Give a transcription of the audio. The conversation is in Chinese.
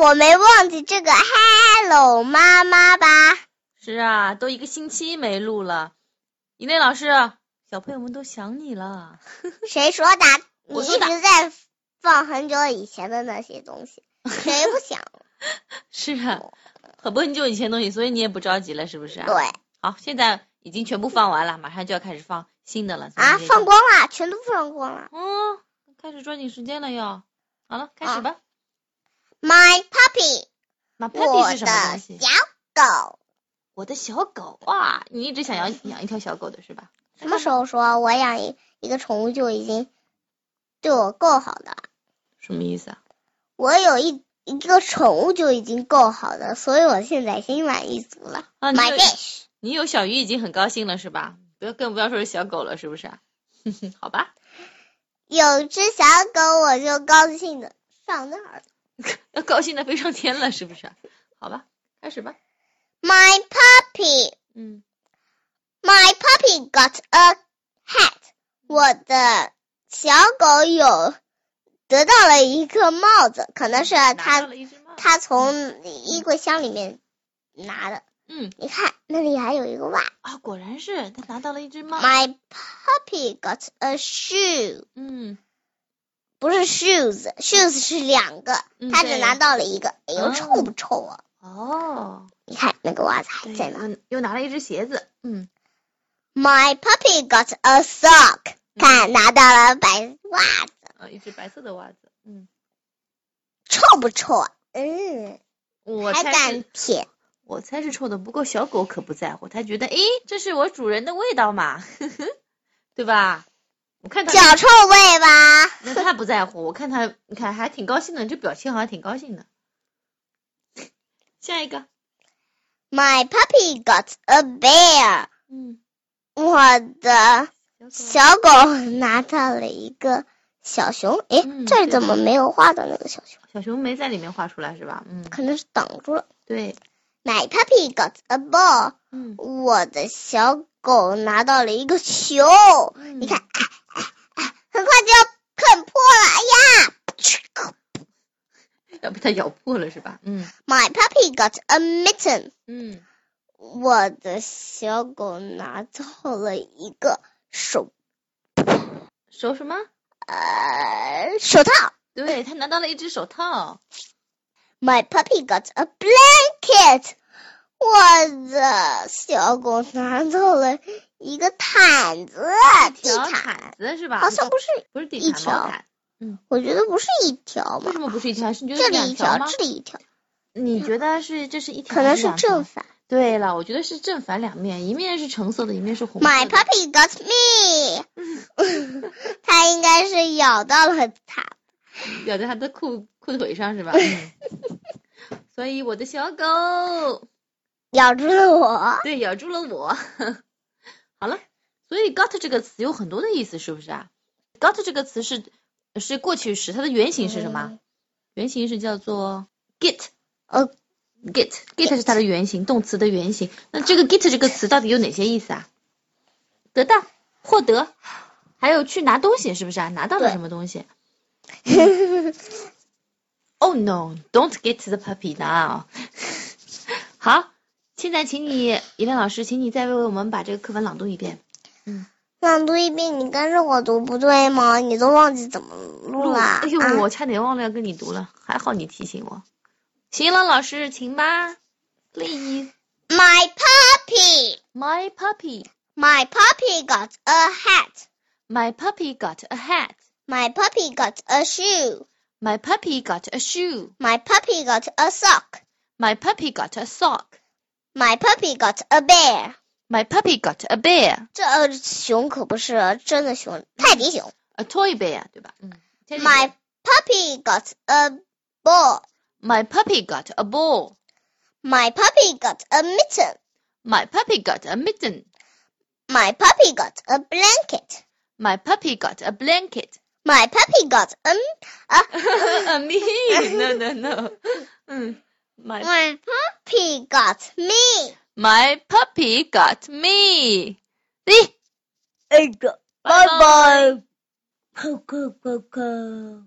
我没忘记这个 Hello 妈妈吧？是啊，都一个星期没录了。以内老师，小朋友们都想你了。谁说的？你我一说的直在放很久以前的那些东 西，谁不想？是啊，很多很久以前的东西，所以你也不着急了，是不是、啊？对好，现在已经全部放完了，马上就要开始放新的了。所以啊这，个放。光了，全都放光了。嗯，开始抓紧时间了哟。好了，啊开始吧。 My puppy，马 p 我 a 的是什么东西？小狗。我的小狗啊，你一直想要养一条小狗的是吧？什么时候说我养一一个宠物就已经对我够好的了？什么意思啊？我有一一个宠物就已经够好的，所以我现在心满意足了。啊，你 My 有 dish，你有小鱼已经很高兴了是吧？不要更不要说是小狗了，是不是啊？ 好吧，有只小狗我就高兴的上那儿了。要高兴的飞上天了，是不是啊？好吧，开始吧。 My puppy，嗯， My puppy got a hat. 我的小狗有得到了一个帽子，可能是啊拿到它了一只猫。它从衣柜箱里面拿的。嗯，你看那里还有一个袜。啊，果然是他拿到了一只猫。 My puppy got a shoe. 嗯，不是 shoes，shoes 是两个，嗯它只对拿到了一个。哎呦，哦臭不臭啊？哦，你看那个袜子还对，在哪又又拿了一只鞋子。嗯， ？My puppy got a sock. 嗯看，拿到了白袜子。啊，一只白色的袜子。嗯，臭不臭啊？嗯，我还猜敢是舔？我猜是臭的，不过小狗可不在乎，它觉得诶，这是我主人的味道嘛， 对吧？我看它脚臭味吧？那他不在乎，我看他，你看还挺高兴的，这表情好像挺高兴的。 下一个， My puppy got a bear。嗯，我的小狗，小狗拿到了一个小熊。诶，嗯这儿怎么没有画的那个小熊？小熊没在里面画出来是吧？嗯，可能是挡住了。对， My puppy got a ball。嗯，我的小狗拿到了一个球。你你看，，啊啊啊很快就要啃破了。哎呀要被它咬破了是吧？嗯！My puppy got a mitten。嗯，我的小狗拿到了一个手手什么？呃手套。对，它拿到了一只手套。 My puppy got a blanket。我的小狗拿到了一个毯子，地条毯，毯子是吧？好像不是，不是地一毯，条毛毯。我觉得不是一条为嘛什，么不是一条？是你觉得这是里嗯两一条，吗？这里一条，你觉得是这是一条？可能还是两条正。反。对了，我觉得是正反两面，一面是橙色的，一面是红色 My 的。 puppy got me，它 应该是咬到了它。咬在他的裤裤腿上是吧？嗯 所以我的小狗咬住了我， 对咬住了我。好了，所以 got 这个词有很多的意思，是不是啊？got 这个词是是过去时，它的原型是什么？啊原型是叫做 get。哦 get get 是它的原型，动词的原型。那这个 get 这个词到底有哪些意思啊？得到、获得，还有去拿东西，是不是啊？拿到了对什么东西？Oh no, don't get the puppy now. 好，现在请你，一亮老师，请你再为我们把这个课文朗读一遍。朗读一遍，你跟着我读不对吗？你都忘记怎么录了啊哎？呦，我差点忘了要跟你读了，还好你提醒我。行了，老师，请吧。Please, My puppy, my puppy, my puppy got a hat. my puppy got a hat, My puppy got a shoe. my puppy got a shoe, My puppy got a sock. my puppy got a sock, My puppy got a bear. my puppy got a bear, 这呃熊可不是真的熊，泰迪熊。 a toy bear，对吧？嗯。这里 My puppy got a ball. my puppy got a ball, My puppy got a mitten. my puppy got a mitten, My puppy got a blanket. my puppy got a blanket. My puppy got a a me? No, no, no. 嗯，my my puppy got me. my puppy got me. 咦，哎个，拜拜拜拜，扣扣扣扣。